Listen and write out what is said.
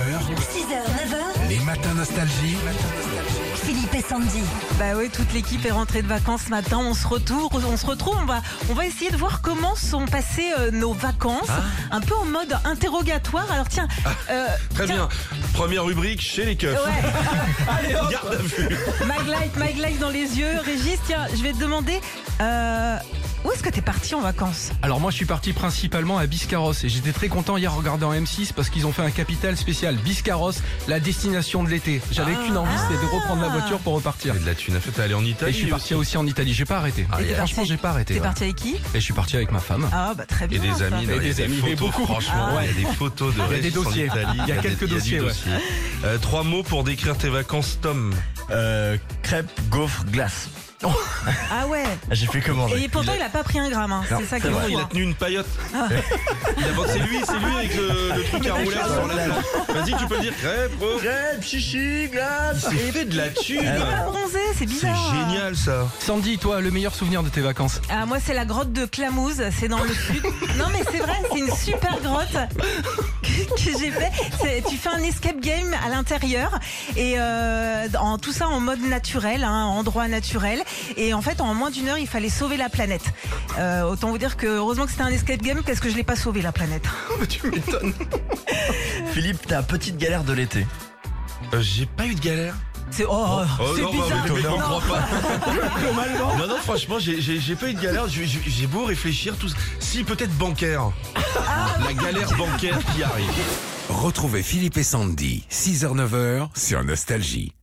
6h, 9h, Les matins nostalgie. Philippe et Sandy. Bah oui, toute l'équipe est rentrée de vacances ce matin. On se retrouve, on se retrouve. On va, on va essayer de voir comment sont passées euh, nos vacances, un peu en mode interrogatoire. Alors tiens, euh, Très tiens, bien. Première rubrique chez les keufs. Ouais, Garde à vue. maglite, maglite dans les yeux. Régis, tiens, je vais te demander, euh, où est-ce que t'es parti en vacances Alors moi je suis parti principalement à Biscarros et j'étais très content hier en regardant M6 parce qu'ils ont fait un capital spécial Biscarros, la destination de l'été. J'avais Ah. qu'une envie, c'était de reprendre la voiture pour repartir. Et de la thune à fait, t'es allé en Italie Et je suis parti aussi en Italie, j'ai pas arrêté. Ah, Et t'es Franchement parti- j'ai pas arrêté. T'es ouais. parti avec qui Et je suis parti avec ma femme. Ah bah très Et bien. des ça. amis, non, Et il y a des amis, mais photos, beaucoup. franchement, Ah. il y a des photos de Il y a Régis des en dossiers. Italie, Il y a des- quelques il dossiers, du ouais. dossier. Euh, trois mots pour décrire tes vacances, Tom. Euh, crêpes, gaufres, glace. Ah ouais. J'ai fait comment Et pourtant, il a pas pris un gramme. hein. C'est ça qui est Non, fou, il a hein. tenu une paillotte. Il a- C'est lui, c'est lui avec le, le truc à roulette sur la plage. Vas-y, tu peux le dire. Crêpe, oh. Crêpes, chichi, glace. Il s'est fait de la thune. Il est pas bronzé, c'est C'est bizarre. génial ça. Sandy, toi, le meilleur souvenir de tes vacances Ah, moi, c'est la grotte de Clamouze, c'est dans le sud. Non, mais c'est vrai, c'est une super grotte que, que j'ai fait. C'est- Tu fais un escape game à l'intérieur et euh, en, tout ça en mode naturel, hein, endroit naturel. Et en fait, en moins d'une heure, il fallait sauver la planète. Euh, autant vous dire que heureusement que c'était un escape game parce que je l'ai pas sauvé la planète. Tu m'étonnes. Philippe, ta petite galère de l'été. Euh, J'ai pas eu de galère. C'est oh, Oh, c'est non, bah, bizarre. mais t'en Non. comprends pas. Non, non, franchement, j'ai- j'ai j'ai pas eu de galère. J'ai- J'ai j'ai beau réfléchir, tout. ça. Si, peut-être bancaire. La galère bancaire qui arrive. Retrouvez Philippe et Sandy, 6h-9h sur Nostalgie.